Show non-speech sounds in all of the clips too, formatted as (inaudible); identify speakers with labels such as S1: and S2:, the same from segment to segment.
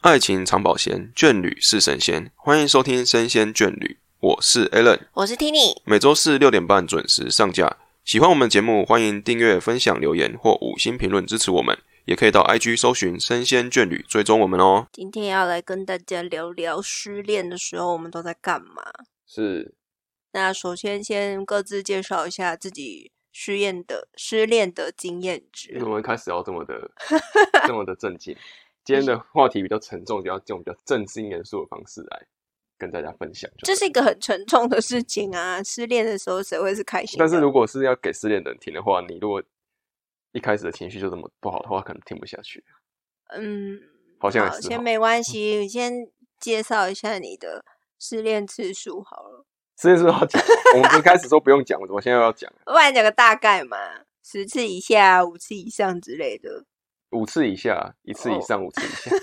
S1: 爱情长保鲜，眷侣是神仙。欢迎收听《生鲜眷侣》，我是 Alan，
S2: 我是 Tini，
S1: 每周四六点半准时上架。喜欢我们节目，欢迎订阅、分享、留言或五星评论支持我们，也可以到 IG 搜寻“生鲜眷侣”追踪我们哦。
S2: 今天要来跟大家聊聊失恋的时候我们都在干嘛。
S1: 是，
S2: 那首先先各自介绍一下自己失恋的失恋的经验值
S1: 我。们开始要这么
S2: (laughs)
S1: 的这么的正经？今天的话题比较沉重，就要用比较正经严肃的方式来跟大家分享。
S2: 这是一个很沉重的事情啊！失恋的时候谁会是开心的？
S1: 但是如果是要给失恋的人听的话，你如果一开始的情绪就这么不好的话，可能听不下去。
S2: 嗯，
S1: 好嗯像也
S2: 好，
S1: 是
S2: 先
S1: 哈
S2: 没关系，你先介绍一下你的失恋次数好了，
S1: 失恋是不是要讲，我们不是开始说不用讲，我怎么现在又要讲？
S2: 不然讲个大概嘛，十次以下、五次以上之类的
S1: 五次以下，一次以
S2: 哦
S1: 上，五次以
S2: (laughs)
S1: 下，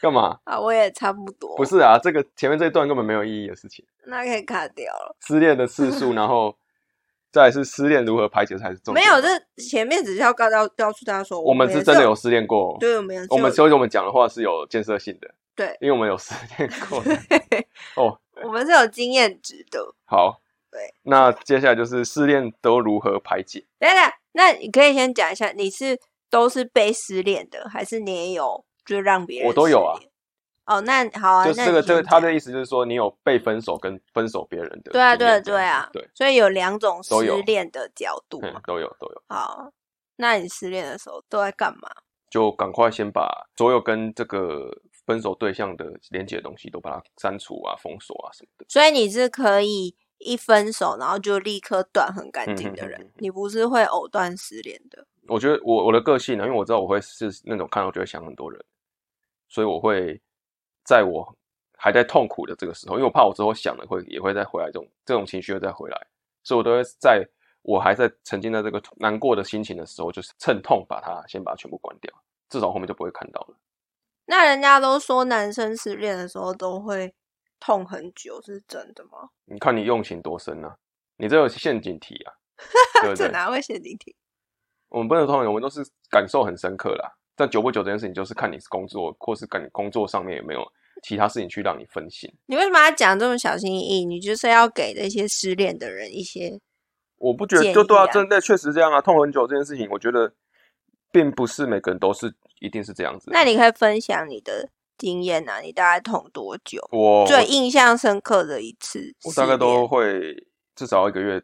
S1: 干嘛？
S2: 啊，我也差不多。
S1: 不是啊，这个前面这一段根本没有意义的事情。
S2: 那可以卡掉了。
S1: 失恋的次
S2: (laughs)
S1: 数，然后再来是失恋如何排解才是重点。
S2: 没有，这前面只是要告到告诉大家说，
S1: 我们
S2: 也
S1: 是真的
S2: 有
S1: 有，失恋过哦。
S2: 对，我们也是
S1: 我们
S2: 有
S1: 所以我们讲的话是有建设性的，
S2: 对，
S1: 因为我们有失恋
S2: (laughs)
S1: 过的哦。
S2: (laughs) 我们是有经验值的。
S1: 好，
S2: 对，
S1: 那接下来就是失恋都如何排解？
S2: 等等，那你可以先讲一下，你是都是被失恋的，还是你也有就让别人？
S1: 我都有啊。
S2: 哦，那好啊，
S1: 就是
S2: 那
S1: 这个，
S2: 你
S1: 这个
S2: 先
S1: 他
S2: 讲
S1: 的意思就是说，你有被分手跟分手别人的经验这
S2: 对啊，
S1: 样子，
S2: 对啊对啊，
S1: 对，，
S2: 所以有两种失
S1: 都有
S2: 恋的角度
S1: 嗯
S2: 嘛。，
S1: 都有都有，
S2: 好，那你失恋的时候都在干嘛？
S1: 就赶快先把所有跟这个分手对象的连接的东西都把它删除啊、封锁啊什么的。
S2: 所以你是可以一分手然后就立刻断很干净的人，
S1: 嗯嗯嗯嗯
S2: 你不是会藕断丝连的。
S1: 我觉得我我的个性呢，因为我知道我会是那种看到就会想很多人，所以我会在我还在痛苦的这个时候，因为我怕我之后想了会也会再回来，这种这种情绪又再回来，所以我都会在我还在沉浸在这个难过的心情的时候，就是趁痛把它先把它全部关掉，至少后面就不会看到了。
S2: 那人家都说男生失恋的时候都会痛很久，是真的吗？
S1: 你看你用情多深啊，你这有陷阱题啊，对
S2: (laughs)
S1: 不
S2: 这
S1: 对？
S2: 哪会陷阱题？
S1: 我们不能通常，我们都是感受很深刻啦。但久不久这件事情，就是看你是工作，或是看你工作上面有没有其他事情去让你分心。
S2: 你为什么要讲这么小心翼翼？你就是要给那些失恋的人一些
S1: 我不觉得
S2: 建
S1: 就对啊，
S2: 议啊
S1: 真的确实这样啊，痛很久这件事情，我觉得并不是每个人都是一定是这样子的。
S2: 那你可以分享你的经验啊，你大概捅多久？
S1: 哦我
S2: 最印象深刻的一次，
S1: 我大概都。会至少一个月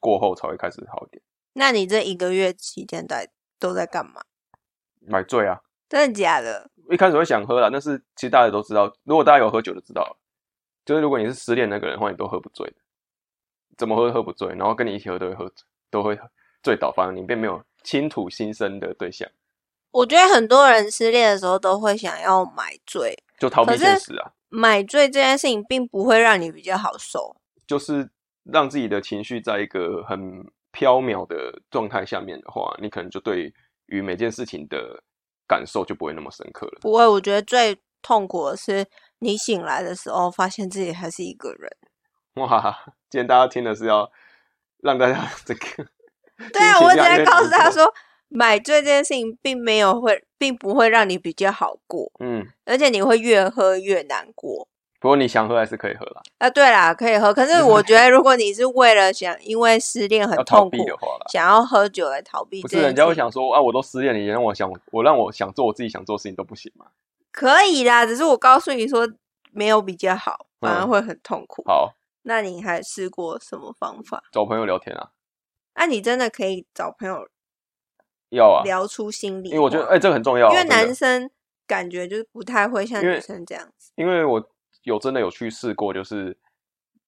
S1: 过后才会开始好一点。
S2: 那你这一个月期间在都在干嘛？
S1: 买醉啊，
S2: 真的假的？
S1: 一开始会想喝啦，但是其实大家都知道，如果大家有喝酒就知道了，就是如果你是失恋那个人的话，你都喝不醉的，怎么喝都喝不醉，然后跟你一起喝都会喝都会醉倒，反而你并没有倾吐心声的对象，
S2: 我觉得很多人失恋的时候都会想要买醉，
S1: 就逃避
S2: 可是
S1: 现实啊，
S2: 买醉这件事情并不会让你比较好受。
S1: 就是让自己的情绪在一个很飘渺的状态下面的话，你可能就对于每件事情的感受就不会那么深刻了。
S2: 不会，我觉得最痛苦的是你醒来的时候，发现自己还是一个人。
S1: 哇，今天大家听的是要让大家 (laughs) 这个
S2: 对啊，
S1: 心情
S2: 我只
S1: 越来
S2: 在
S1: 越
S2: 告诉
S1: 低落
S2: 他，说，买醉这件事情并没有会，并不会让你比较好过，
S1: 嗯，
S2: 而且你会越喝越难过。
S1: 不过你想喝还是可以喝啦。
S2: 啊，对啦，可以喝，可是我觉得如果你是为了想因为失恋很
S1: 要逃
S2: 痛
S1: 避
S2: 苦，
S1: 的话啦，
S2: 想要喝酒来逃避
S1: 不
S2: 这
S1: 是
S2: 件事情，
S1: 人家会想说啊，我都失恋了，你让我想我让我想做我自己想做的事情都不行嘛？
S2: 可以啦，只是我告诉你说没有比较好，反而
S1: 嗯
S2: 会很痛苦。
S1: 好，
S2: 那你还试过什么方法？
S1: 找朋友聊天啊，
S2: 那、你真的可以找朋友
S1: 要啊，
S2: 聊出心里
S1: 因
S2: 话，
S1: 为我觉得哎、这个很重要啊、
S2: 因为
S1: 真的
S2: 男生感觉就是不太会像
S1: 因
S2: 女
S1: 为
S2: 生这样子。
S1: 因为我有真的有去试过，就是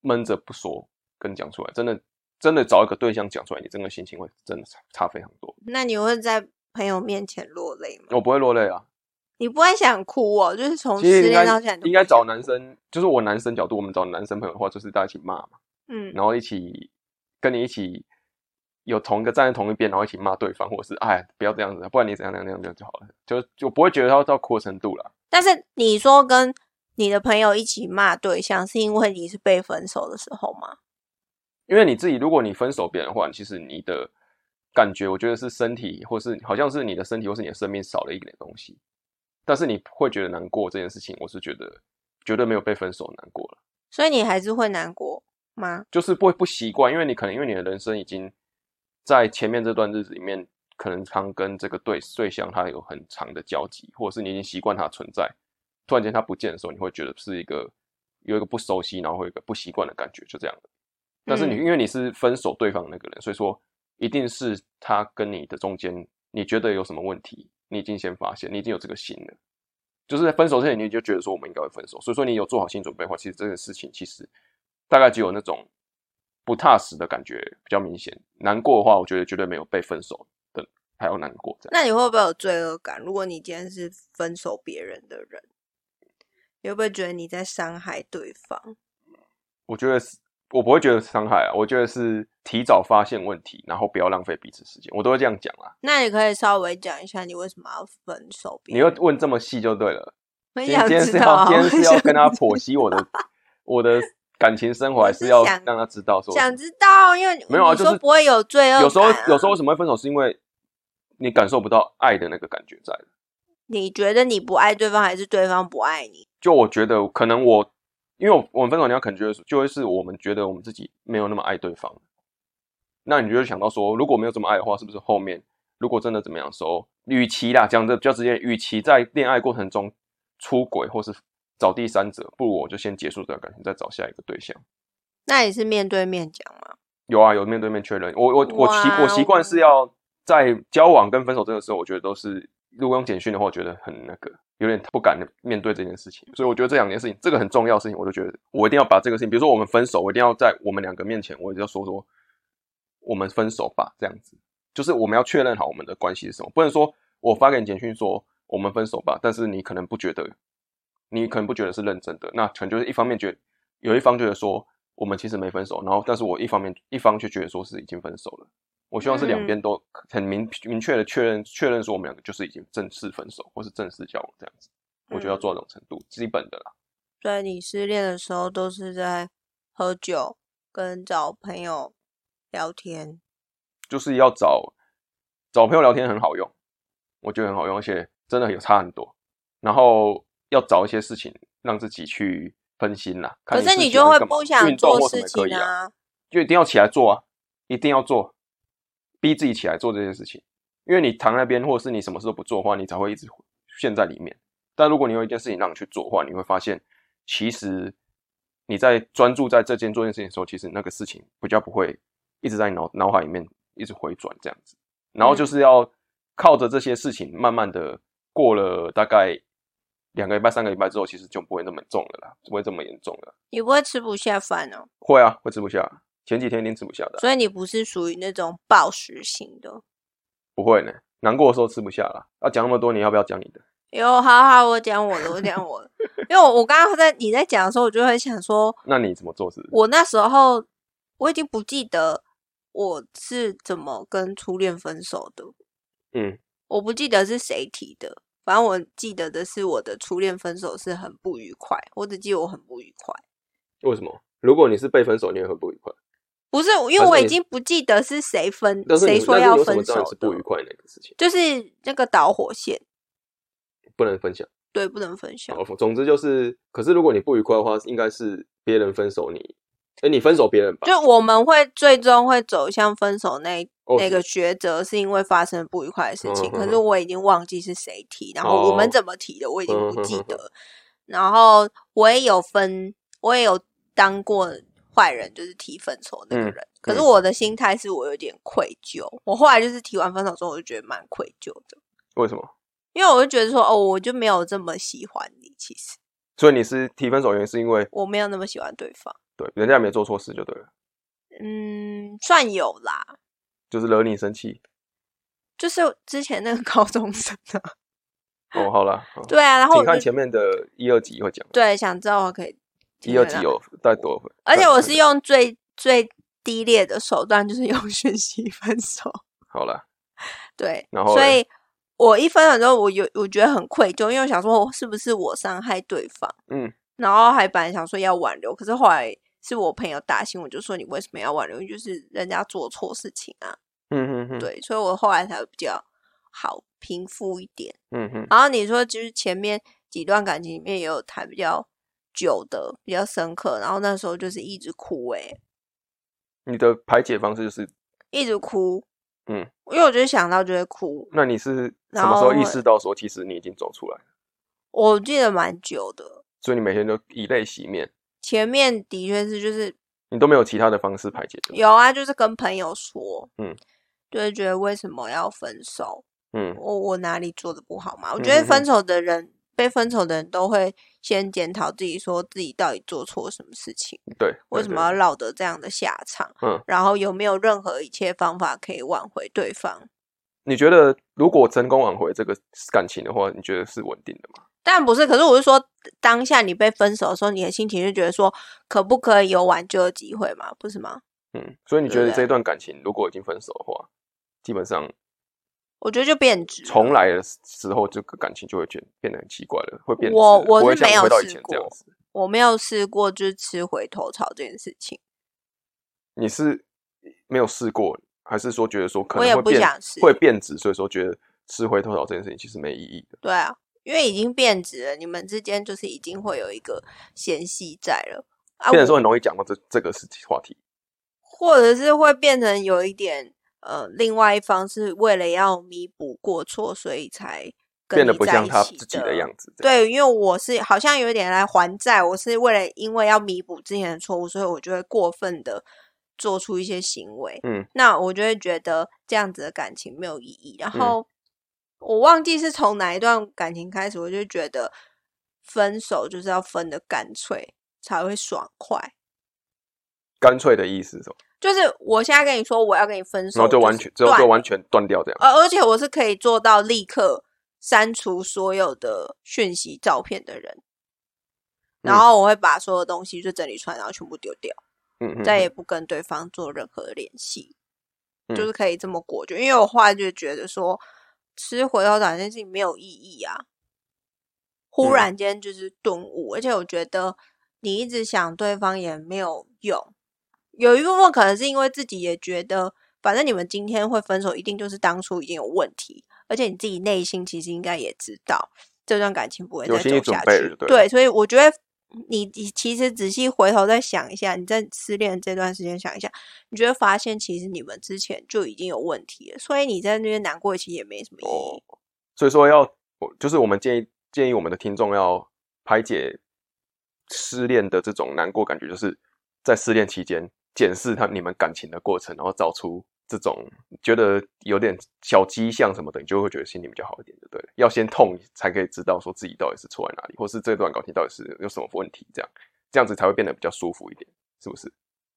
S1: 闷着不说跟讲出来，真的真的找一个对象讲出来，你真的心情会真的差差非常多。
S2: 那你会在朋友面前落泪吗？
S1: 我不会落泪啊，
S2: 你不会想哭哦，就是从
S1: 其实
S2: 失
S1: 应
S2: 恋到
S1: 该
S2: 现在你都
S1: 应该
S2: 不想嗯
S1: 找男生，就是我男生角度，我们找男生朋友的话，就是大家一起骂嘛，
S2: 嗯，
S1: 然后一起跟你一起。有同一个站在同一边，然后一起骂对方，或者是哎，不要这样子啊，不然你怎样怎样怎样怎样就好了，就就不会觉得到到哭的程度啦。
S2: 但是你说跟你的朋友一起骂对象，是因为你是被分手的时候吗？
S1: 因为你自己，如果你分手别人的话，其实你的感觉，我觉得是身体，或是好像是你的身体，或是你的生命少了一点东西。但是你会觉得难过这件事情，我是觉得绝对没有被分手难过了，
S2: 所以你还是会难过吗？
S1: 就是不会不习惯，因为你可能因为你的人生已经在前面这段日子里面，可能常跟这个对对象他有很长的交集，或者是你已经习惯他的存在，突然间他不见的时候，你会觉得是一个有一个不熟悉，然后会有一个不习惯的感觉，就这样。但是你因
S2: 嗯
S1: 为你是分手对方的那个人，所以说一定是他跟你的中间，你觉得有什么问题，你已经先发现，你已经有这个心了。就是在分手之前，你就觉得说我们应该会分手，所以说你有做好心理准备的话，其实这个事情其实大概只有那种不踏实的感觉比较明显。难过的话，我觉得绝对没有被分手的还要难过。这样
S2: 那你会不会有罪恶感？如果你今天是分手别人的人，你会不会觉得你在伤害对方？
S1: 我觉得是，我不会觉得伤害啊，我觉得是提早发现问题，然后不要浪费彼此时间，我都会这样讲啊啦。
S2: 那你可以稍微讲一下你为什么要分手别
S1: 你
S2: 人？
S1: 要问这么细就对了。
S2: 我很
S1: 今天
S2: 想
S1: 今天是
S2: 知道
S1: 要
S2: 啊，
S1: 今天
S2: 我
S1: 是
S2: 很
S1: 要
S2: 想
S1: 跟他
S2: 知
S1: 剖析我的 (laughs) 我的感情生活，
S2: 我
S1: 还
S2: 是
S1: 是要
S2: 想
S1: 让他知道说
S2: 想知道，因为
S1: 没有啊？
S2: 你
S1: 就
S2: 说
S1: 是
S2: 不会有罪恶感、啊。
S1: 有时候有时候为什么会分手，是因为你感受不到爱的那个感觉在。
S2: 你觉得你不爱对方，还是对方不爱你？
S1: 就我觉得可能我，因为我我们分手，你要肯定就是就会是我们觉得我们自己没有那么爱对方，那你就会想到说，如果没有这么爱的话，是不是后面如果真的怎么样的时候，与其啦讲的比较直接，与其在恋爱过程中出轨或是找第三者，不如我就先结束这段感情，再找下一个对象。
S2: 那你是面对面讲吗？
S1: 有啊，有面对面确认。我我我习
S2: 哇
S1: 我习惯是
S2: 哦
S1: 要在交往跟分手这个时候，我觉得都是如果用简讯的话，我觉得很那个，有点不敢面对这件事情。所以我觉得这两件事情，这个很重要的事情，我就觉得我一定要把这个事情，比如说我们分手，我一定要在我们两个面前，我就说说我们分手吧，这样子，就是我们要确认好我们的关系是什么，不能说我发给你简讯说我们分手吧，但是你可能不觉得，你可能不觉得是认真的，那可能就是一方面觉得有一方觉得说我们其实没分手，然后但是我一方面一方却觉得说是已经分手了。我希望是两边
S2: 嗯
S1: 都很明明确的确认确认说我们两个就是已经正式分手或是正式交往这样子，我觉得要
S2: 嗯
S1: 做到这种程度，基本的啦。
S2: 所以你失恋的时候都是在喝酒，跟找朋友聊天。
S1: 就是要找找朋友聊天很好用，我觉得很好用，而且真的有差很多。然后要找一些事情让自己去分心啦。看
S2: 可是
S1: 你自
S2: 你
S1: 己喜
S2: 就
S1: 欢
S2: 会
S1: 干嘛
S2: 不想
S1: 运动
S2: 做
S1: 或什
S2: 事
S1: 么也可以
S2: 情
S1: 啊，
S2: 啊，
S1: 就一定要起来做啊，一定要做，逼自己起来做这件事情。因为你躺在那边，或者是你什么事都不做的话，你才会一直陷在里面。但如果你有一件事情让你去做的话，你会发现，其实你在专注在这件做件事情的时候，其实那个事情比较不会一直在你脑脑海里面一直回转这样子。然后就是要靠着这些事情，慢慢的过了大概两个礼拜、三个礼拜之后，其实就不会那么重了啦，不会这么严重了。
S2: 你不会吃不下饭哦，
S1: 会啊，会吃不下，前几天一定吃不下的啊。
S2: 所以你不是属于那种暴食型的。
S1: 不会呢，难过的时候吃不下啦。啊，讲那么多，你要不要讲你的？
S2: 有，好好，我讲我的，我讲我的，因为我我刚刚在你在讲的时候，我就很想说，
S1: 那你怎么做是？
S2: 我那时候我已经不记得我是怎么跟初恋分手的，
S1: 嗯，
S2: 我不记得是谁提的，反正我记得的是我的初恋分手是很不愉快，我只记得我很不愉快，
S1: 为什么？如果你是被分手，你也会不愉快。
S2: 不是因为
S1: 但是
S2: 我已
S1: 你
S2: 经不记得是谁分
S1: 但是你
S2: 谁说
S1: 但是
S2: 要
S1: 你为什么
S2: 分
S1: 知道
S2: 手
S1: 你是
S2: 的
S1: 不愉，快那个事情？
S2: 就是那个导火线，
S1: 不能分享。
S2: 对，不能分享
S1: 好，，总之就是，可是如果你不愉快的话，应该是别人分手你，哎，你分手别人吧？
S2: 就我们会最终会走向分手那
S1: 哦
S2: 那个抉择，是因为发生不愉快的事情。
S1: 嗯哼
S2: 可
S1: 哼
S2: 是我已经忘记是谁提，然后我们
S1: 哦
S2: 怎么提的，我已经
S1: 嗯
S2: 不
S1: 哼
S2: 记
S1: 哼
S2: 得。然后我也有分，我也有当过坏人，就是提分手那个
S1: 嗯
S2: 人。可是
S1: 嗯
S2: 我的心态是我有点愧疚。我后来就是提完分手之后，我就觉得蛮愧疚的，
S1: 为什么？
S2: 因为我就觉得说，哦，我就没有这么喜欢你。其实
S1: 所以你是提分手原因是因为
S2: 我没有那么喜欢对方，
S1: 对人家也没做错事就对了，
S2: 嗯，算有啦。
S1: 就是惹你生气。
S2: 就是之前那个 (laughs) 高中生啊，
S1: 哦，好啦，好
S2: 对啊，然后
S1: 请
S2: 我
S1: 看
S2: 就
S1: 前面的一二集会讲，
S2: 对想知道我可以听
S1: 一二
S2: 得
S1: 集
S2: 到，
S1: 有再多会。
S2: 而且
S1: 再
S2: 我
S1: 多
S2: 是用最最低劣的手段，就是用 (laughs) 讯息分手。
S1: 好啦，
S2: 对，
S1: 然后
S2: 所
S1: 嘞
S2: 以我一分手之后，我有我觉得很愧疚，因为我想说我是不是我伤害对方，
S1: 嗯，
S2: 然后还本来想说要挽留，可是后来是我朋友打醒我，就说你为什么要挽留？就是人家做错事情啊，
S1: 嗯嗯嗯，
S2: 对，所以我后来才比较好平复一点。
S1: 嗯哼，
S2: 然后你说，就是前面几段感情里面也有谈比较久的、比较深刻，然后那时候就是一直哭、欸，诶，
S1: 你的排解方式就是，
S2: 一直哭，
S1: 嗯，
S2: 因为我就想到就会哭。
S1: 那你是什
S2: 然
S1: 么时候
S2: 后
S1: 意识到说其实你已经走出来了？
S2: 我记得蛮久的，
S1: 所以你每天都以泪洗面，
S2: 前面的确是就是
S1: 你都没有其他的方式排解的。
S2: 有啊，就是跟朋友说，
S1: 嗯，
S2: 就是觉得为什么要分手？
S1: 嗯
S2: 我我哪里做的不好嘛？我
S1: 嗯
S2: 觉得
S1: 嗯
S2: 分手的人、被分手的人都会先检讨自己，说自己到底做错什么事情，
S1: 对，对
S2: 为什
S1: 对
S2: 么要落得这样的下场？
S1: 嗯，
S2: 然后有没有任何一切方法可以挽回对方？
S1: 你觉得如果成功挽回这个感情的话，你觉得是稳定的吗？
S2: 但不是，可是我是说，当下你被分手的时候，你的心情就觉得说，可不可以有挽救的机会嘛？不是吗？
S1: 嗯，所以你觉得
S2: 对啊
S1: 这段感情如果已经分手的话，基本上
S2: 我觉得就变质了。
S1: 重来的时候，这个感情就会变变得很奇怪了，会变质
S2: 我
S1: 了
S2: 我
S1: 不会
S2: 是
S1: 像
S2: 没有
S1: 回到以
S2: 试
S1: 前这样
S2: 过
S1: 子。
S2: 我没有试过就是吃回头草这件事情，
S1: 你是没有试过，还是说觉得说可
S2: 我
S1: 能
S2: 也
S1: 会
S2: 不
S1: 变
S2: 想试
S1: 会变质，所以说觉得吃回头草这件事情其实没意义的？
S2: 对啊，因为已经变质了，你们之间就是已经会有一个嫌隙在了啊，
S1: 变成
S2: 我
S1: 说很容易讲到这这个事情话题。
S2: 或者是会变成有一点呃，另外一方是为了要弥补过错，所以才跟
S1: 变得
S2: 你
S1: 不
S2: 在
S1: 像
S2: 一
S1: 他
S2: 起
S1: 自己的样子。这样，
S2: 对，因为我是好像有点来还债，我是为了因为要弥补之前的错误，所以我就会过分的做出一些行为。
S1: 嗯，
S2: 那我就会觉得这样子的感情没有意义。然
S1: 嗯
S2: 后、我忘记是从哪一段感情开始，我就觉得分手就是要分的干脆才会爽快。
S1: 干脆的意思是什么？
S2: 就是我现在跟你说我要跟你分手，
S1: 然后就
S2: 我
S1: 完
S2: 是
S1: 全，最后
S2: 断哦
S1: 就完全断掉这样。
S2: 而而且我是可以做到立刻删除所有的讯息、照片的人，然
S1: 嗯
S2: 后我会把所有东西就整理出来，然后全部丢掉，
S1: 嗯嗯，
S2: 再也不跟对方做任何联系，
S1: 嗯
S2: 就是可以这么果决。因为我后来就觉得说，吃回头草这件事情没有意义啊，忽
S1: 嗯
S2: 然间就是顿悟，而且我觉得你一直想对方也没有用，有一部分可能是因为自己也觉得，反正你们今天会分手，一定就是当初已经有问题，而且你自己内心其实应该也知道这段感情不会
S1: 有
S2: 再
S1: 心理
S2: 走下
S1: 准备
S2: 去
S1: 了。对
S2: 对，所以我觉得你你其实仔细回头再想一下，你在失恋这段时间想一下，你就会发现其实你们之前就已经有问题了，所以你在那边难过其实也没什么意义。
S1: 哦，所以说要，我就是我们建议建议我们的听众要排解失恋的这种难过感觉，就是在失恋期间检视他你们感情的过程，然后找出这种觉得有点小迹象什么的，你就会觉得心里比较好一点，就对了。要先痛才可以知道说自己到底是错在哪里，或是这段感情到底是有什么问题，这样这样子才会变得比较舒服一点，是不是？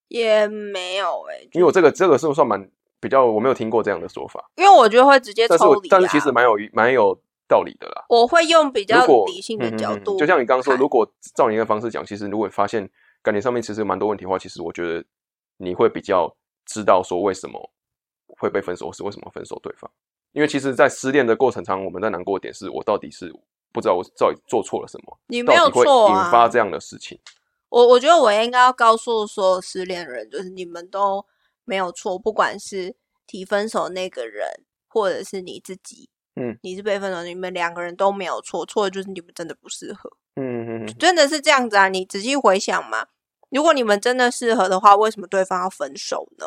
S2: 也没有哎、
S1: 因为我这个这个是不是算蛮比较我没有听过这样的说法，
S2: 因为我觉得会直接
S1: 但是我
S2: 抽离、啊
S1: 但是其实蛮有蛮有道理的啦。
S2: 我会用比较
S1: 如果
S2: 理性的
S1: 嗯嗯
S2: 角
S1: 嗯
S2: 度看、
S1: 就像你刚刚说，如果照你的方式讲，其实如果发现感情上面其实有蛮多问题的话，其实我觉得你会比较知道说为什么会被分手，或是为什么分手对方。因为其实，在失恋的过程中，我们在难过的点是我到底是不知道我到底做错了什么，
S2: 你没
S1: 到
S2: 有
S1: 底会
S2: 错
S1: 引发
S2: 啊，
S1: 这样的事情。
S2: 我我觉得我应该要告诉所有失恋的人，就是你们都没有错，不管是提分手那个人，或者是你自己，
S1: 嗯，
S2: 你是被分手，你们两个人都没有错，错的就是你们真的不适合，
S1: 嗯嗯嗯，
S2: 真的是这样子啊！你仔细回想嘛，如果你们真的适合的话，为什么对方要分手呢？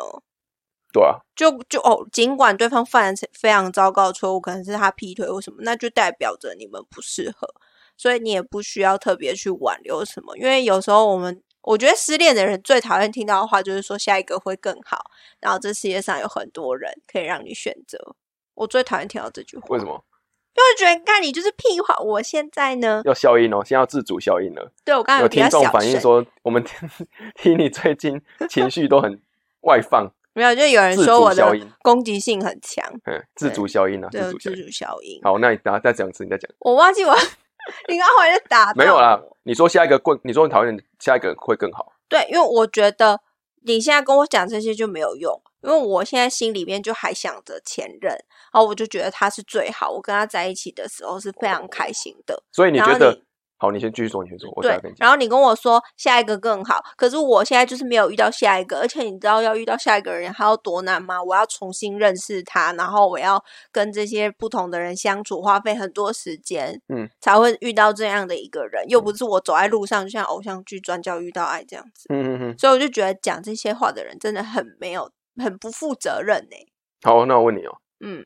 S1: 对啊，
S2: 就就哦，尽管对方犯了非常糟糕的错误，可能是他劈腿或什么，那就代表着你们不适合，所以你也不需要特别去挽留什么。因为有时候我们，我觉得失恋的人最讨厌听到的话就是说下一个会更好，然后这世界上有很多人可以让你选择。我最讨厌听到这句话，
S1: 为什？么
S2: 因为我觉得看你就是屁话。我现在呢，
S1: 要效应哦？现在要自主效应了。
S2: 对我刚刚
S1: 有
S2: 啊比较
S1: 听众
S2: 小
S1: 反映
S2: 声，
S1: 说，我们 (laughs) 听听你最近情绪都很外放，
S2: 没有，就有人
S1: 自
S2: 说
S1: 主
S2: 我
S1: 效
S2: 的
S1: 应
S2: 攻击性很强，
S1: 嗯，自主消音啊，
S2: 对
S1: 自主消
S2: 自
S1: 音。
S2: 主效应。
S1: 好，那你等下再讲一次，你再讲。
S2: 我忘记我， (laughs) 你刚回来就打
S1: 没有
S2: 断
S1: 啦
S2: 啊我，
S1: 你说下一个棍，你说你讨厌下一个会更好，
S2: 对，因为我觉得你现在跟我讲这些就没有用，因为我现在心里面就还想着前任，然后我就觉得他是最好，我跟他在一起的时候是非常开心的。
S1: 所以你
S2: 然后
S1: 觉得
S2: 你
S1: 好，你先继续说，你先说，我等
S2: 对
S1: 下跟你，讲。
S2: 然后你跟我说下一个更好，可是我现在就是没有遇到下一个，而且你知道要遇到下一个人还要多难吗？我要重新认识他，然后我要跟这些不同的人相处，花费很多时间，
S1: 嗯，
S2: 才会遇到这样的一个人，又不是我走在路上就像偶像剧专教遇到爱这样子，
S1: 嗯嗯嗯，
S2: 所以我就觉得讲这些话的人真的很没有，很不负责任呢、
S1: 好，那我问你哦，
S2: 嗯，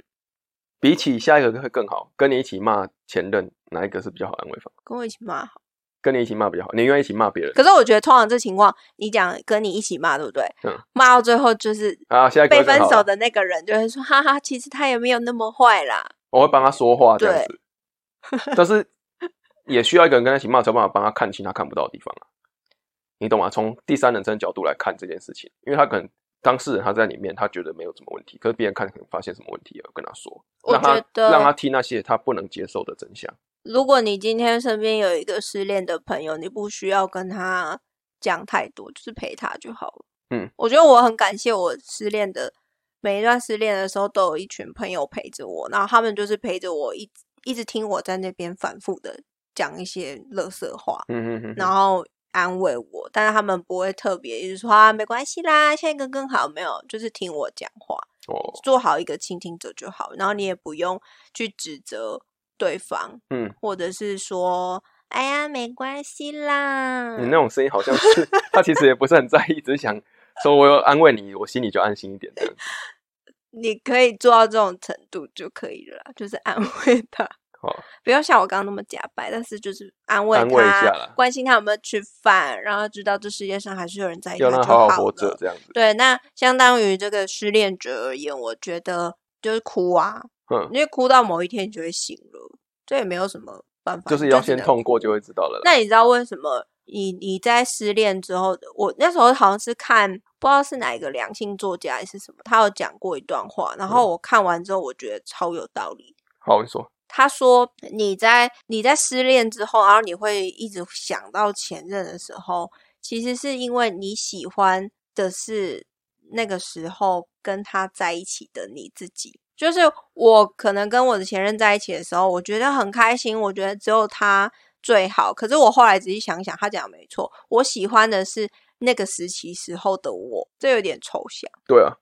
S1: 比起下一个会更好，跟你一起骂前任，哪一个是比较好的安慰方？
S2: 跟我一起骂好。
S1: 跟你一起骂比较好，你愿意一起骂别人
S2: 可是我觉得通常这情况，你讲跟你一起骂，对不对？
S1: 嗯
S2: 骂到最后就是
S1: 啊？下一个
S2: 被
S1: 会更
S2: 分
S1: 好
S2: 手
S1: 啊，
S2: 的那个人就会说：“哈哈，其实他也没有那么坏啦。
S1: 我会帮他说话这样
S2: 对
S1: 子，但
S2: (laughs)
S1: 是也需要一个人跟他一起骂，才有办法帮他看清他看不到的地方啊。你懂吗？从第三人称角度来看这件事情，因为他可能当事人他在里面，他觉得没有什么问题，可是别人看可能发现什么问题了，跟他说，
S2: 我
S1: 让他
S2: 觉得
S1: 让他听那些他不能接受的真相。”
S2: 如果你今天身边有一个失恋的朋友，你不需要跟他讲太多，就是陪他就好了。
S1: 嗯，
S2: 我觉得我很感谢我失恋的每一段失恋的时候，都有一群朋友陪着我，然后他们就是陪着我一直一直听我在那边反复的讲一些垃圾话。
S1: 嗯嗯嗯
S2: 然后安慰我，但是他们不会特别就是说啊，没关系啦，下一个更好，没有，就是听我讲话，
S1: 哦，
S2: 做好一个倾听者就好，然后你也不用去指责对方，
S1: 嗯，
S2: 或者是说，哎呀，没关系啦，
S1: 你那种声音好像
S2: (laughs)
S1: 是他其实也不是很在意，只是想说我有安慰你，我心里就安心一点这样子。
S2: 你可以做到这种程度就可以了啦，就是安慰他。
S1: 好
S2: 不要像我刚刚那么假白，但是就是安慰他，
S1: 安慰一下啦
S2: 关心他有没有吃饭，让他知道这世界上还是有人在意他
S1: 要
S2: 哎就
S1: 让他
S2: 好
S1: 好
S2: 了。
S1: 好活着这样子。
S2: 对，那相当于这个失恋者而言，我觉得就是哭啊，
S1: 嗯，
S2: 因为哭到某一天你就会醒了，这也没有什么办法，
S1: 就
S2: 你
S1: 是要
S2: 只
S1: 先
S2: 能
S1: 痛
S2: 哭
S1: 过就会知道了啦。
S2: 那你知道为什么你你在失恋之后，我那时候好像是看不知道是哪一个良性作家还是什么，他有讲过一段话，
S1: 嗯
S2: 然后我看完之后我觉得超有道理。
S1: 好，你说，
S2: 他说你在你在失恋之后，然后你会一直想到前任的时候，其实是因为你喜欢的是那个时候跟他在一起的你自己。就是我可能跟我的前任在一起的时候，我觉得很开心，我觉得只有他最好。可是我后来仔细想想，他讲得没错，我喜欢的是那个时期时候的我，这有点抽象，
S1: 对啊，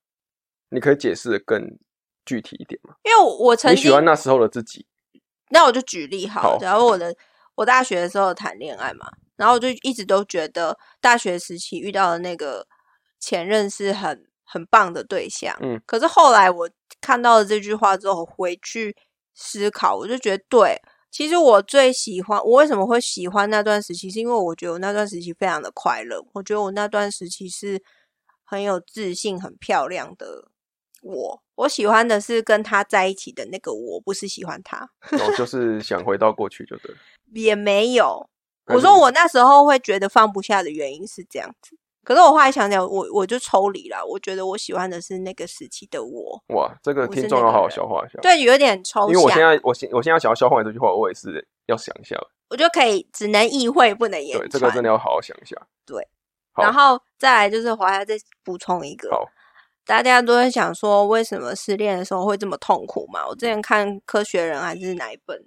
S1: 你可以解释的更具体一点嘛？
S2: 因为我我曾
S1: 你喜
S2: 经
S1: 欢那时候的自
S2: (laughs)
S1: 己，
S2: 那我就举例好了
S1: 好，
S2: 假如我的我大学的时候谈恋爱嘛，然后我就一直都觉得大学时期遇到的那个前任是很很棒的对象，
S1: 嗯，
S2: 可是后来我看到了这句话之后，回去思考，我就觉得对。其实我最喜欢，我为什么会喜欢那段时期，是因为我觉得我那段时期非常的快乐，我觉得我那段时期是很有自信、很漂亮的我。我喜欢的是跟他在一起的那个我，不是喜欢他。
S1: 然后就是想回到过去就对了。
S2: 也没有。
S1: 还
S2: 我
S1: 是
S2: 说我那时候会觉得放不下的原因是这样子，可是我后来想想，我我就抽离了。我觉得我喜欢的是那个时期的我，
S1: 哇，这个
S2: 我是
S1: 听众
S2: 那
S1: 要
S2: 个
S1: 好好
S2: 人
S1: 消化一下，
S2: 对，有点抽
S1: 因为我现
S2: 象，
S1: 在我现我现在想要消化你这句话，我也是要想一下了。
S2: 我就可以只能意会不能言
S1: 对，这个
S2: 传。
S1: 真的要好好想一下。好
S2: 然后再来就是华夏再补充一个，
S1: 好
S2: 大家都会想说，为什么失恋的时候会这么痛苦嘛？我之前看《科学人》还是哪一本，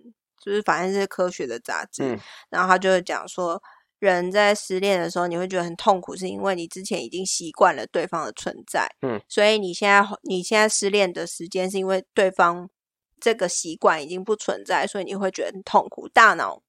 S2: 就是反正是科学的杂志，
S1: 嗯
S2: 然后他就会讲说，人在失恋的时候，你会觉得很痛苦，是因为你之前已经习惯了对方的存在，
S1: 嗯，
S2: 所以你现在你现在失恋的时间，是因为对方这个习惯已经不存在，所以你会觉得很痛苦，大脑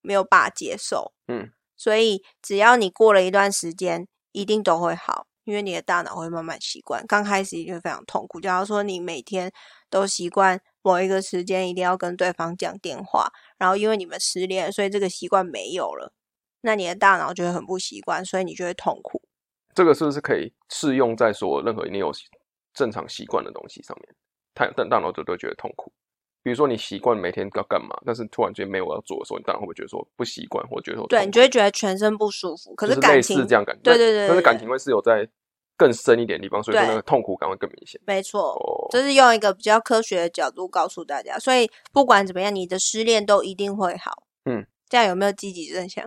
S2: 没有办法接受，
S1: 嗯，
S2: 所以只要你过了一段时间，一定都会好。因为你的大脑会慢慢习惯，刚开始一定会非常痛苦。假如说你每天都习惯某一个时间一定要跟对方讲电话，然后因为你们失恋，所以这个习惯没有了，那你的大脑就会很不习惯，所以你就会痛苦。
S1: 这个是不是可以适用在所有任何你有习正常习惯的东西上面？太大大脑就都觉得痛苦。比如说你习惯每天要干嘛，但是突然间没有要做的时候，你大脑会不会觉得说不习惯，或觉得说
S2: 对，
S1: 痛
S2: 你
S1: 苦
S2: 就会觉得全身不舒服。可
S1: 就是
S2: 感
S1: 类
S2: 情
S1: 似这样感觉，
S2: 对
S1: 但
S2: 对对
S1: 但是
S2: 对
S1: 感
S2: 对
S1: 情会是有在更深一点的地方，所以说
S2: 对
S1: 那个痛苦感会更明显。
S2: 没错，
S1: 哦，
S2: 就是用一个比较科学的角度告诉大家。所以不管怎么样，你的失恋都一定会好。
S1: 嗯，
S2: 这样有没有积极正向？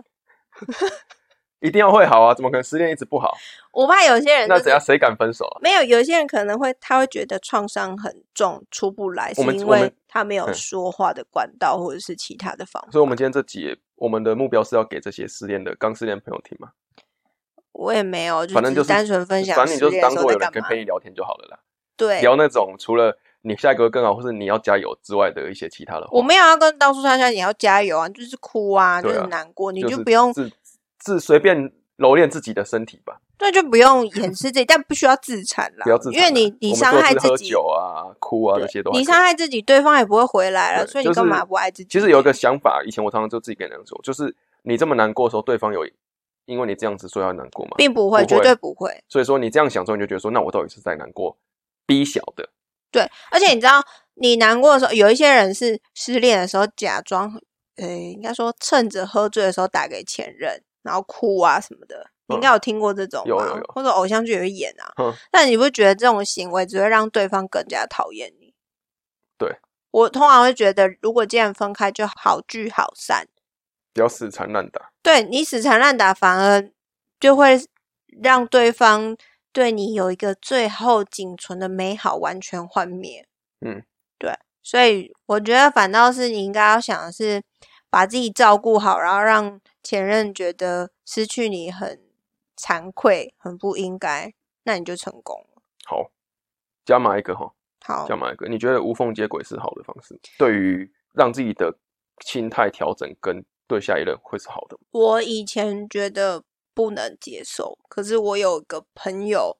S1: 一定要会好啊，怎么可能失恋一直不好？
S2: 我怕有些人、就
S1: 那
S2: 是、
S1: 怎样？谁敢分手啊？
S2: 没有，有些人可能会，他会觉得创伤很重，出不来，是
S1: 我们
S2: 因
S1: 我们
S2: 为他没有
S1: 嗯
S2: 说话的管道，或者是其他的方法。
S1: 所以，我们今天这集，我们的目标是要给这些失恋的刚失恋的朋友听嘛？
S2: 我也没有，
S1: 反正
S2: 只
S1: 就是
S2: 单纯分享
S1: 反正你
S2: 失
S1: 就是
S2: 恋的
S1: 当
S2: 时候
S1: 做
S2: 在
S1: 有人
S2: 干
S1: 可以
S2: 嘛。
S1: 陪你聊天就好了啦。
S2: 对，
S1: 聊那种除了你下一个更好，或是你要加油之外的一些其他的话。
S2: 我没有要跟到处上下，也要加油啊，就是哭啊，就
S1: 对啊
S2: 是难过，你
S1: 是
S2: 就不用，
S1: 自自随便揉练自己的身体吧，
S2: 对，就不用掩饰自己，但不需要自残啦，
S1: 不要自残
S2: 因
S1: 啊。
S2: 为你你
S1: 我们
S2: 伤
S1: 说
S2: 害
S1: 是
S2: 自
S1: 喝
S2: 己，
S1: 酒啊、哭啊
S2: 对
S1: 这些都还
S2: 你
S1: 可以
S2: 伤害自己，对方也不会回来了，
S1: 对
S2: 所以
S1: 就
S2: 你干
S1: 是
S2: 嘛不爱自己？
S1: 其实有一个想法，以前我常常就自己跟人家说，就是你这么难过的时候，对方有因为你这样子说要难过嘛，
S2: 并不
S1: 不
S2: 会，绝
S1: 会
S2: 对不会。
S1: 所以说你这样想之后，你就觉得说，那我到底是在难过 B 小的，
S2: 对，而且你知道，你难过的时候，有一些人是失恋的时候假装，呃，应该说趁着喝醉的时候打给前任，然后哭啊什么的。你应该有听过这种吧？
S1: 嗯有有有
S2: 或者偶像剧也会演啊。
S1: 嗯
S2: 但你不觉得这种行为只会让对方更加讨厌你？
S1: 对，
S2: 我通常会觉得，如果既然分开，就好聚好散。
S1: 不要死缠烂打。
S2: 对你死缠烂打，反而就会让对方对你有一个最后仅存的美好完全幻灭。
S1: 嗯，
S2: 对，所以我觉得反倒是你应该要想的是把自己照顾好，然后让前任觉得失去你很惭愧、很不应该，那你就成功了。
S1: 好，加码一个哈，
S2: 好
S1: 加，码一个，你觉得无缝接轨是好的方式，对于让自己的心态调整跟对下一任会是好的吗。
S2: 我以前觉得不能接受，可是我有一个朋友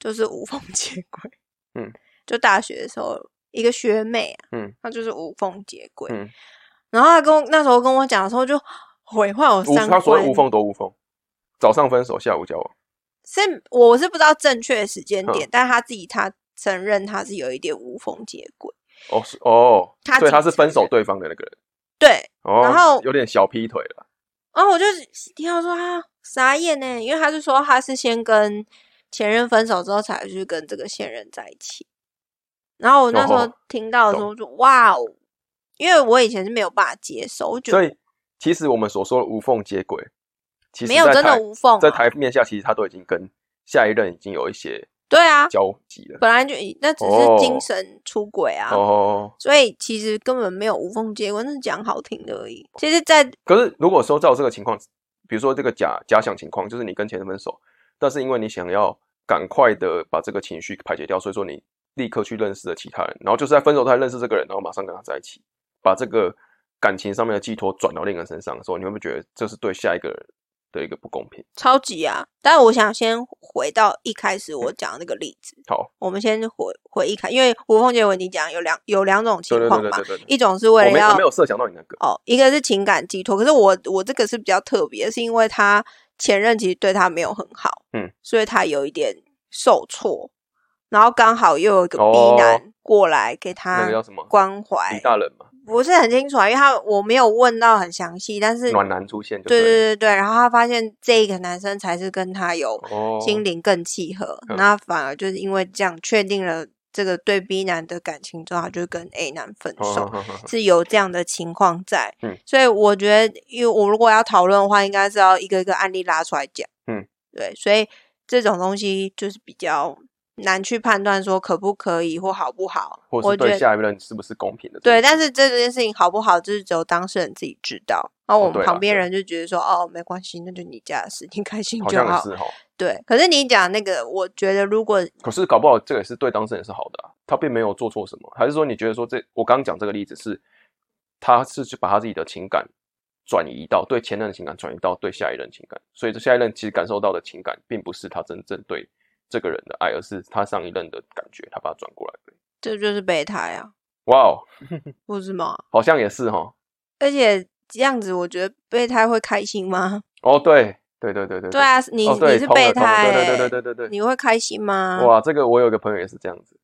S2: 就是无缝接轨，
S1: (laughs) 嗯，
S2: 就大学的时候一个学妹啊，
S1: 嗯，
S2: 她就是无缝接轨，
S1: 嗯，
S2: 然后她跟我那时候跟我讲的时候就毁坏我
S1: 无
S2: 哦三
S1: 他说
S2: 观，
S1: 的无缝多无缝，早上分手，下午交往。
S2: 是我是不知道正确的时间
S1: 嗯
S2: 点，但她自己她承认她是有一点无缝接轨，
S1: 哦，是哦，
S2: 他
S1: 所以
S2: 自
S1: 他
S2: 己
S1: 是分
S2: 承
S1: 手
S2: 认
S1: 对方的那个人。
S2: 对，
S1: 哦，
S2: 然后
S1: 有点小劈腿了。
S2: 然后我就听到说他傻眼呢，因为他是说他是先跟前任分手之后才去跟这个现任在一起。然后我那时候
S1: 哦
S2: 听到的时候，我就哇哦，因为我以前是没有办法接受，我觉
S1: 所
S2: 得
S1: 以其实我们所说的无缝接轨，其实
S2: 没有
S1: 在
S2: 真的
S1: 台
S2: 无缝、
S1: 在
S2: 啊。
S1: 台面下，其实他都已经跟下一任已经有一些
S2: 对啊，
S1: 交集了。
S2: 本来就那只是
S1: 哦
S2: 精神出轨啊，
S1: 哦，
S2: 所以其实根本没有无缝接轨，那是讲好听的而已。其实在，
S1: 可是如果说照这个情况，比如说这个假假想情况，就是你跟前任分手，但是因为你想要赶快的把这个情绪排解掉，所以说你立刻去认识了其他人，然后就是在分手才认识这个人，然后马上跟他在一起，把这个感情上面的寄托转到另一个人身上的时候，你会不会觉得这是对下一个人的一个不公平？
S2: 超级啊！但我想先回到一开始我讲的那个例子，
S1: 好，
S2: 我们先回回忆看，因为无缝接轨，你讲有两有两种情
S1: 对对
S2: 况
S1: 对
S2: 嘛，
S1: 对对对对。
S2: 一种是为
S1: 我
S2: 了
S1: 没
S2: 要
S1: 我没有设想到你那个，
S2: 哦，一个是情感寄托，可是我我这个是比较特别，是因为他前任其实对他没有很好，
S1: 嗯，
S2: 所以他有一点受挫，然后刚好又有一个 B
S1: 哦
S2: 男过来给他
S1: 那个叫什么
S2: 关怀
S1: 李，大人嘛，
S2: 不是很清楚啊，因为他我没有问到很详细，但是
S1: 暖男出现就
S2: 对对
S1: 对
S2: 对对，然后他发现这个男生才是跟他有
S1: 了哦，
S2: 心灵更契合，
S1: 嗯
S2: 那反而就是因为这样确定了这个对 B 男的感情之后，他就跟 A 男分
S1: 哦
S2: 手，
S1: 好好好好
S2: 是有这样的情况在。
S1: 嗯，
S2: 所以我觉得，因为我如果要讨论的话，应该是要一个一个案例拉出来讲。
S1: 嗯，
S2: 对，所以这种东西就是比较难去判断说可不可以或好不好。
S1: 或
S2: 我
S1: 是
S2: 觉
S1: 对
S2: 得
S1: 下一任是不是公平的这
S2: 对，
S1: 件事？
S2: 但是这件事情好不好，就是只有当事人自己知道。然后
S1: 哦
S2: 我们
S1: 对啦
S2: 旁边
S1: 对
S2: 人就觉得说，哦，没关系，那就你家的事，你开心
S1: 好
S2: 就
S1: 像也
S2: 好。
S1: 是哈，哦
S2: 对，可是你讲那个，我觉得如果
S1: 可是搞不好这也是对当事人是好的、啊，他并没有做错什么，还是说你觉得说这我刚刚讲这个例子是，他是去把他自己的情感转移到对前任的情感转移到对下一任情感，所以这下一任其实感受到的情感并不是他真正对这个人的爱，而是他上一任的感觉，他把它转过来的。
S2: 这就是备胎啊，
S1: 哇哦，
S2: 不是吗？
S1: 好像也是哦哈。
S2: 而且这样子，我觉得备胎会开心吗？ (laughs)
S1: 哦，对对对对对，
S2: 对啊，你、
S1: 哦对
S2: 你是
S1: 通了
S2: 备
S1: 通了
S2: 胎、
S1: 对
S2: 欸，
S1: 对对对对对对。
S2: 你会开心吗？
S1: 哇，这个我有一个朋友也是这
S2: (laughs)
S1: 样子，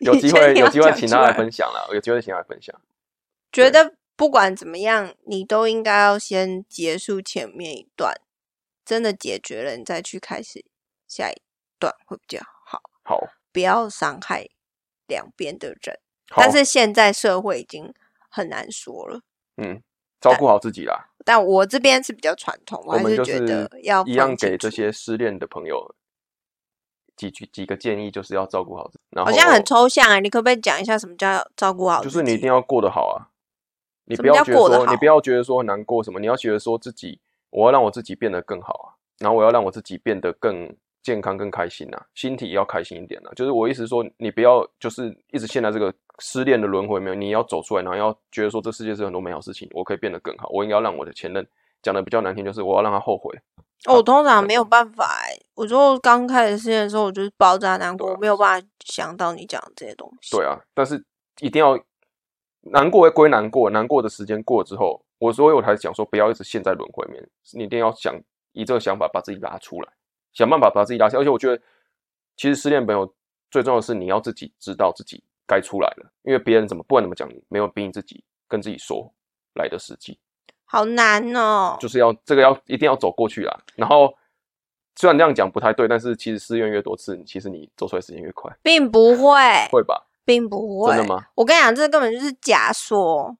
S2: 你
S1: 有机
S2: 确
S1: 会
S2: 定
S1: 有
S2: 要
S1: 机会
S2: 讲
S1: 请
S2: 出
S1: 他来
S2: 来
S1: 分享啦，有机会请他来分享。
S2: 觉
S1: 对
S2: 得不管怎么样，你都应该要先结束前面一段，真的解决了，你再去开始下一段会比较好，
S1: 好，
S2: 不要伤害两边的人。
S1: 好
S2: 但是现在社会已经很难说了。
S1: 嗯，照顾好自己啦，
S2: 但我这边是比较传统，
S1: 我
S2: 还
S1: 们
S2: 是
S1: 就
S2: 觉得要
S1: 一
S2: 分
S1: 样给
S2: 清
S1: 这
S2: 楚，
S1: 些失恋的朋友几句几个建议，就是要照顾好自己。然后
S2: 好像很抽象哎、你可不可以讲一下什么叫照顾好
S1: 就
S2: 自己？
S1: 是你一定要过得好啊！你
S2: 什
S1: 不
S2: 么
S1: 要
S2: 叫
S1: 觉得
S2: 过得
S1: 说，你
S2: 好
S1: 不要觉得说很难过什么，你要觉得说自己，我要让我自己变得更好啊，然后我要让我自己变得更健康、更开心啊，心体也要开心一点啊。就是我意思说，你不要就是一直陷在这个失恋的轮回里面，你要走出来，然后要觉得说这世界是很多美好事情，我可以变得更好，我应该要让我的前任讲的比较难听，就是我要让他后悔。
S2: 哦我通常
S1: 对
S2: 没有办法哎、我就刚开始失恋的时候，我就是爆炸难过，
S1: 对啊
S2: 我没有办法想到你讲的这些东西。
S1: 对啊，但是一定要难过归难过，难过的时间过之后，我所以我才讲说不要一直陷在轮回里面，你一定要想以这个想法把自己拉出来，想办法把自己拉下。而且我觉得，其实失恋朋友最重要的是你要自己知道自己该出来了，因为别人怎么不管怎么讲你，没有比你自己跟自己说来的实际，
S2: 好难哦、
S1: 就是要这个要一定要走过去啦。然后虽然这样讲不太对，但是其实失恋越多次，其实你走出来时间越快，
S2: 并不会，
S1: 会吧？
S2: 并不会。
S1: 真的吗？
S2: 我跟你讲，这根本就是假说，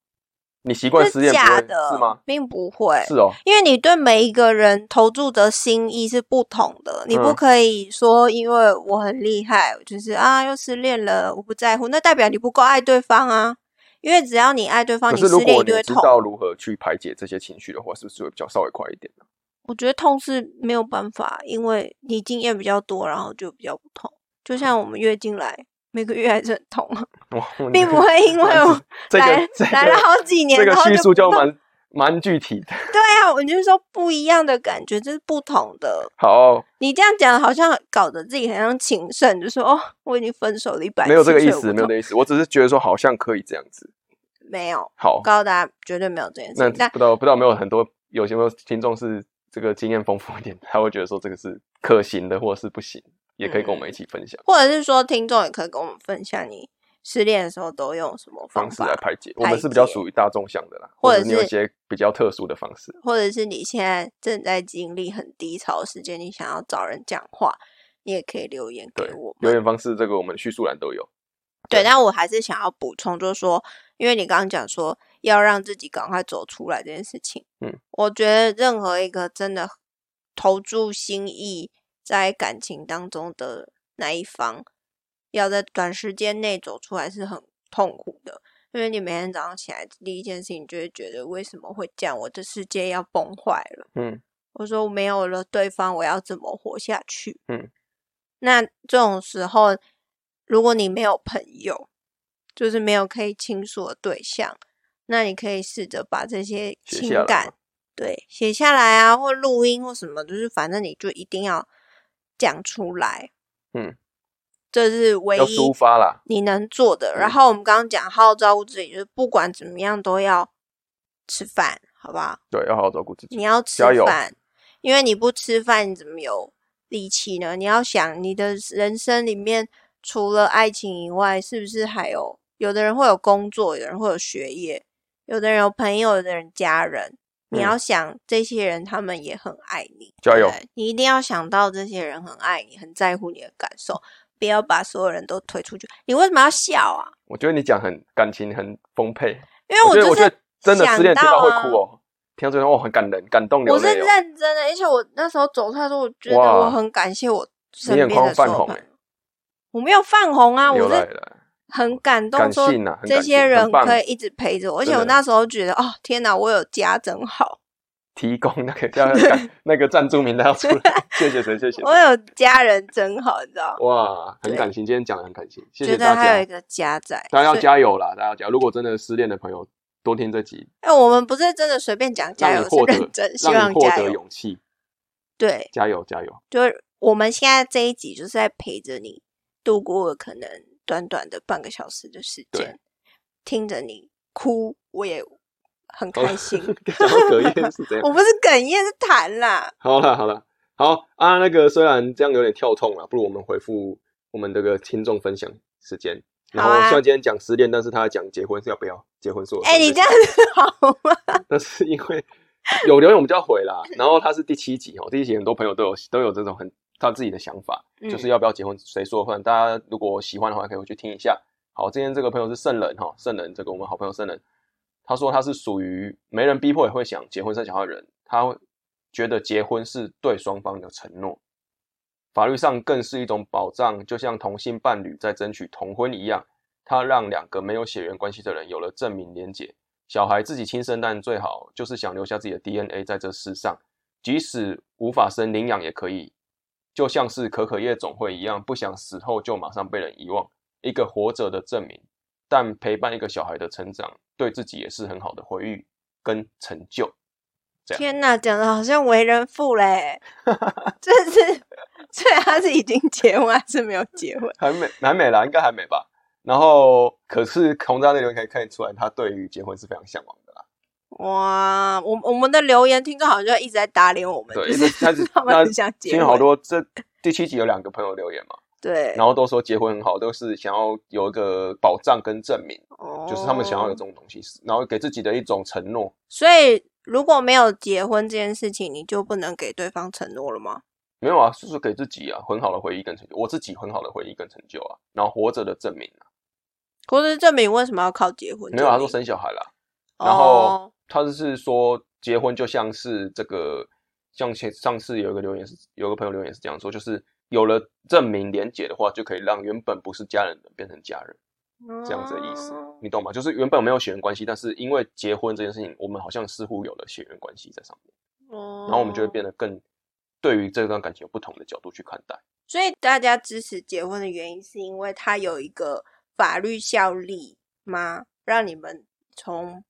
S1: 你习惯
S2: 这
S1: 失
S2: 是
S1: 恋不
S2: 假
S1: 会
S2: 的，
S1: 是吗？
S2: 并不会，
S1: 是哦，
S2: 因为你对每一个人投注的心意是不同的，你不
S1: 嗯
S2: 可以说因为我很厉害，就是啊又失恋了，我不在乎，那代表你不够爱对方啊。因为只要你爱对方，
S1: 可
S2: 你
S1: 是
S2: 失
S1: 如
S2: 恋
S1: 果
S2: 一定
S1: 你
S2: 会
S1: 知
S2: 痛。
S1: 道如何去排解这些情绪的话，是不是会比较稍微快一点呢？
S2: 我觉得痛是没有办法，因为你经验比较多，然后就比较不痛。就像我们月经来，每个月还是很痛
S1: (laughs)
S2: 啊，
S1: 哇
S2: (laughs) 并不会因为我
S1: 这
S2: 来
S1: 个这
S2: 来了
S1: 个
S2: 好几年，
S1: 这个
S2: 然后
S1: 叙
S2: 就
S1: 述就
S2: 不痛
S1: 蛮蛮具体的。
S2: 对啊，我就是说不一样的感觉，这是不同的。
S1: 好，
S2: 你这样讲好像搞得自己很像情圣，就说哦，我已经分手了一百次，
S1: 没有这个意
S2: 所以
S1: 思，
S2: 我
S1: 没有这
S2: 痛
S1: 个意思，我只是觉得说好像可以这样子。
S2: 没有，
S1: 好
S2: 我，告诉大家绝对没有这件事
S1: 那
S2: 情。但
S1: 不知道不知道有没有很多有些没有听众是这个经验丰富一点，他会觉得说这个是可行的，或者是不行，也可以跟我们
S2: 嗯
S1: 一起分享
S2: 或者是说，听众也可以跟我们分享你失恋的时候都用什么
S1: 方式啊
S2: 法，
S1: 来排解。我们是比较属于大众向的啦，
S2: 或
S1: 或
S2: 者
S1: 者你有一
S2: 是
S1: 些比较特殊的方式。
S2: 或者是你现在正在经历很低潮的时间，你想要找人讲话，你也可以留言
S1: 对
S2: 给我，
S1: 留
S2: 们。
S1: 言方式这个我们叙述栏都有。
S2: 对，但我还是想要补充，就是说，因为你刚刚讲说要让自己赶快走出来这件事情，
S1: 嗯，
S2: 我觉得任何一个真的投注心意在感情当中的那一方，要在短时间内走出来是很痛苦的。因为你每天早上起来第一件事情，就会觉得为什么会这样？我的世界要崩坏了。
S1: 嗯，
S2: 我说我没有了对方，我要怎么活下去？
S1: 嗯，
S2: 那这种时候，如果你没有朋友，就是没有可以倾诉的对象，那你可以试着把这些
S1: 写
S2: 情
S1: 下来
S2: 感对写下来啊，或录音或什么，就是反正你就一定要讲出来。
S1: 嗯，
S2: 这是唯
S1: 要
S2: 一
S1: 抒发啦。
S2: 你能做的。然
S1: 嗯
S2: 后我们刚刚讲好好照顾自己，就是不管怎么样都要吃饭，好不好？
S1: 对，要好好照顾自己
S2: 你。要吃
S1: 加油
S2: 饭，因为你不吃饭，你怎么有力气呢？你要想你的人生里面，除了爱情以外，是不是还有有的人会有工作，有人会有学业，有的人有朋友，有的人家人。你
S1: 嗯
S2: 要想这些人，他们也很爱你，
S1: 加
S2: 对
S1: 油
S2: 不对！你一定要想到这些人很爱你，很在乎你的感受，不要把所有人都推出去。你为什么要笑啊？
S1: 我觉得你讲很感情很丰沛，
S2: 因为
S1: 我觉得
S2: 就
S1: 我觉
S2: 是
S1: 得真的
S2: 想
S1: 失恋听到
S2: 到
S1: 会
S2: 啊
S1: 哭哦，听到这种哦很感人，感动流
S2: 我是
S1: 泪哦。
S2: 认真的，而且我那时候走出来的时候，我觉得
S1: 哇
S2: 我很感谢我身
S1: 你
S2: 边
S1: 眼眶
S2: 的所
S1: 泛
S2: 有
S1: 红
S2: 朋友
S1: 欸。
S2: 我没有泛红啊，
S1: 哦流
S2: 我
S1: 来
S2: 是
S1: 了，
S2: 很感动，
S1: 感
S2: 说
S1: 性啊很
S2: 这
S1: 感
S2: 些
S1: 性很
S2: 人
S1: 棒
S2: 可以一直陪着我，而且
S1: 真
S2: 我
S1: 的
S2: 那时候觉得，哦，天哪，我有家真好，
S1: 提供那个要感那个赞助名单要出来，谢谢谁谢谢谁
S2: 我有家人真好，你知道吗？
S1: 哇，很
S2: 对
S1: 感情，今天讲的很感情，谢
S2: 觉
S1: 谢
S2: 得
S1: 大
S2: 还有一
S1: 家，
S2: 个家在，
S1: 大家要
S2: 所以
S1: 加油啦，大家要加油。如果真的失恋的朋友，多听这集，
S2: 哎，我们不是真的随便讲加
S1: 让
S2: 油，
S1: 你
S2: 是
S1: 获得
S2: 认真，希
S1: 让
S2: 望
S1: 你获
S2: 加
S1: 得
S2: 油。
S1: 勇气，
S2: 对，
S1: 加油加油！ (laughs)
S2: 就是我们现在这一集就是在陪着你度过可能短短的半个小时的时间
S1: 对，
S2: 听着你哭，我也
S1: 哦
S2: 很开
S1: (laughs)
S2: 心。
S1: 讲到隔夜是怎样？
S2: (laughs) 我不是哽咽，是痰啦。
S1: 好了好了，好啊，那个虽然这样有点跳痛了，不如我们回复我们这个听众分享时间。然后
S2: 好啊
S1: 虽然今天讲失恋，但是他还讲结婚是要不要结婚是我
S2: 哎、你这样子好吗？
S1: 但是因为有留言我们就要回啦。然后他是第七集哦，第一集很多朋友都有都有这种很他自己的想法，
S2: 嗯
S1: 就是要不要结婚谁说了算。大家如果喜欢的话，可以回去听一下。好，今天这个朋友是圣人哈，圣人这个我们好朋友圣人，他说他是属于没人逼迫也会想结婚生小孩的人，他会觉得结婚是对双方的承诺，法律上更是一种保障，就像同性伴侣在争取同婚一样，他让两个没有血缘关系的人有了证明连结。小孩自己亲生，但最好就是想留下自己的 DNA 在这世上，即使无法生领养也可以，就像是可可夜总会一样，不想死后就马上被人遗忘，一个活着的证明。但陪伴一个小孩的成长，对自己也是很好的回忆跟成就。这样
S2: 天哪，讲的好像为人
S1: (laughs)
S2: 父嘞，这是，所以他是已经结婚还是没有结婚？
S1: 还没，还没啦，应该还没吧。然后，可是从他那里面可以看得出来，他对于结婚是非常向往的啦。
S2: 哇，我我们的留言听众好像就一直在打脸我们，
S1: 对
S2: 就
S1: 一直他
S2: 是
S1: 只
S2: 他们
S1: 那
S2: 很想结
S1: 今
S2: 婚，
S1: 天好多这第七集有两个朋友留言嘛，
S2: 对，
S1: 然后都说结婚很好，都是想要有一个保障跟证明，就是他们想要有
S2: 哦
S1: 这种东西，然后给自己的一种承诺。
S2: 所以如果没有结婚这件事情，你就不能给对方承诺了吗？
S1: 没有啊，就是给自己啊很好的回忆跟成就，我自己很好的回忆跟成就啊，然后活着的证明啊。
S2: 或者证明为什么要靠结婚证明？
S1: 没有啊，他说生小孩啦，
S2: 哦，
S1: 然后他是说结婚就像是这个，像前上次有一个留言是有个朋友留言是这样说，就是有了证明连结的话，就可以让原本不是家人的变成家人，这样子的意思，
S2: 哦
S1: 你懂吗？就是原本没有血缘关系，但是因为结婚这件事情，我们好像似乎有了血缘关系在上面，
S2: 哦
S1: 然后我们就会。变得更对于这段感情有不同的角度去看待。
S2: 所以大家支持结婚的原因，是因为它有一个法律效力吗？让你们从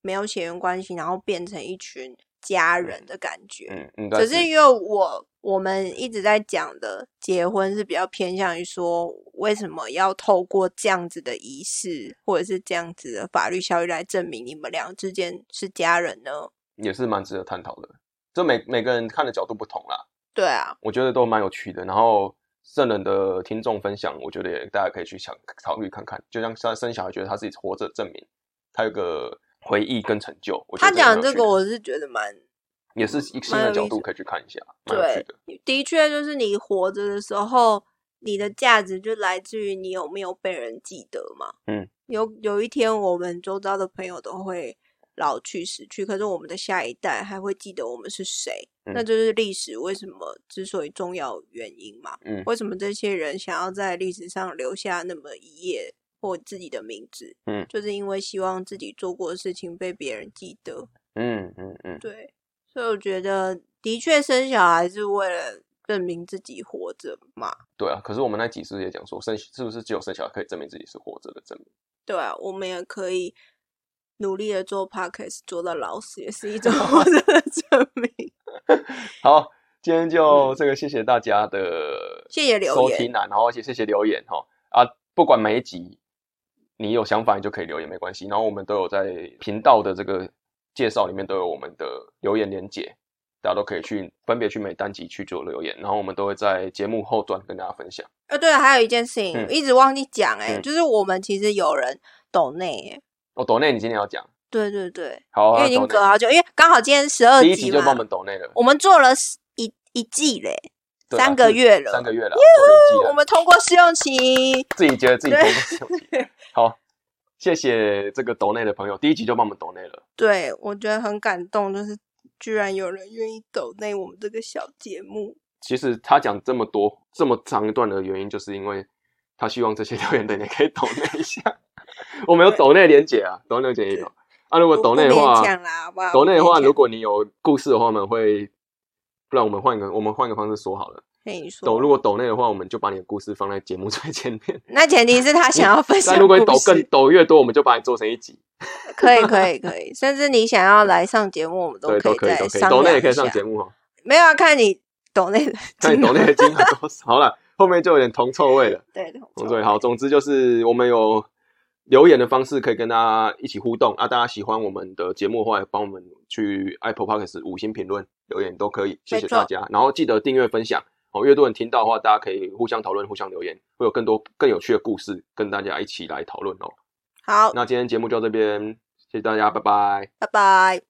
S2: 没有血缘关系，然后变成一群家人的感觉。
S1: 嗯，应该
S2: 只是因为我我们一直在讲的结婚是比较偏向于说，为什么要透过这样子的仪式，或者是这样子的法律效力来证明你们俩之间是家人呢？
S1: 也是蛮值得探讨的。这每每个人看的角度不同啦，
S2: 对啊，
S1: 我觉得都蛮有趣的。然后圣人的听众分享，我觉得也大家可以去想考虑看看。就像他生小孩，觉得他自己活着证明，他有个回忆跟成就。我觉
S2: 他
S1: 得蛮
S2: 讲
S1: 有
S2: 这
S1: 趣
S2: 个，
S1: 的
S2: 我是觉得蛮
S1: 也是一个新
S2: 蛮
S1: 的
S2: 有
S1: 角
S2: 意
S1: 度
S2: 思
S1: 可以去看一下，蛮有趣
S2: 对
S1: 的。，
S2: 的确就是你活着的时候，你的价值就来自于你有没有被人记得嘛。
S1: 嗯，
S2: 有有一天我们周遭的朋友都会老去死去，可是我们的下一代还会记得我们是谁，
S1: 嗯
S2: 那就是历史为什么之所以重要原因嘛。
S1: 嗯
S2: 为什么这些人想要在历史上留下那么一页或自己的名字？
S1: 嗯
S2: 就是因为希望自己做过的事情被别人记得。
S1: 嗯嗯嗯，
S2: 对，所以我觉得的确生小孩是为了证明自己活着嘛。
S1: 对啊。可是我们那几次也讲说，生是不是只有生小孩可以证明自己是活着的证明？
S2: 对啊，我们也可以努力的做 podcast，做到老死也是一种 (laughs) 活着的证明。
S1: 好，今天就这个，谢谢大家的
S2: 嗯谢谢留
S1: 收
S2: 言
S1: 听啊，然后也谢谢留言哈、啊，不管每一集你有想法你就可以留言，没关系。然后我们都有在频道的这个介绍里面都有我们的留言连接，大家都可以去分别去每单集去做留言，然后我们都会在节目后段跟大家分享。
S2: 啊，对了，还有一件事情、
S1: 嗯
S2: 一直忘记讲、欸，哎、
S1: 嗯
S2: 就是我们其实有人抖内、欸，
S1: 哦，抖内你今天要讲，
S2: 对对对，
S1: 好，
S2: 因
S1: 啊
S2: 为已经
S1: 抖内
S2: 隔好久，因为刚好今天十二
S1: 第一
S2: 集
S1: 集
S2: 嘛
S1: 就，帮我们抖内了，
S2: 我们做了一一季嘞、
S1: 对啊
S2: 三个
S1: 是
S2: 月了
S1: 三个月了，做了一季了
S2: 我们通过试用期，
S1: 自己觉得自己
S2: 对
S1: 投不是问
S2: (laughs)
S1: 题好，谢谢这个抖内的朋友，第一集就帮我们抖内了。
S2: 对，我觉得很感动，就是居然有人愿意走内我们这个小节目。
S1: 其实他讲这么多这么长一段的原因，就是因为他希望这些留言的人也可以抖内一下。 (laughs) 我们有抖内连结啊，抖内连结也有。啊，如果
S2: 不
S1: 抖
S2: 不
S1: 内的话
S2: 勉强啦好不，好
S1: 抖内的
S2: 不勉
S1: 话，
S2: 强
S1: 如果你有故事的话，我们会，不然我们换一个，我们换个方式说好了。
S2: 跟你说，
S1: 抖如果抖内的话，我们就把你的故事放在节目最前面。
S2: 那前提是他想
S1: (laughs)
S2: 要分享
S1: 但如果你
S2: 故
S1: 抖更
S2: 事
S1: 抖越多，我们就把你做成一集。
S2: 可以可以可以，甚至你想要来上节目，我们
S1: 对，都可以，
S2: 再
S1: 都可以。
S2: 商
S1: 抖内
S2: 量
S1: 也可以
S2: 一
S1: 上
S2: 下
S1: 节目哦。
S2: 没有啊，看你抖内的
S1: (laughs) 看你抖内的金额多少。 (laughs) 好了，后面就有点铜臭味了。
S2: 对
S1: 哦对，好，总之就是我们有留言的方式可以跟大家一起互动啊。大家喜欢我们的节目的话，也帮我们去 Apple Podcast 五星评论留言都可以，谢谢
S2: 没错
S1: 大家。然后记得订阅分享哦，越多人听到的话，大家可以互相讨论、互相留言，会有更多更有趣的故事跟大家一起来讨论哦。
S2: 好，
S1: 那今天节目就到这边，谢谢大家，拜拜。
S2: 拜拜。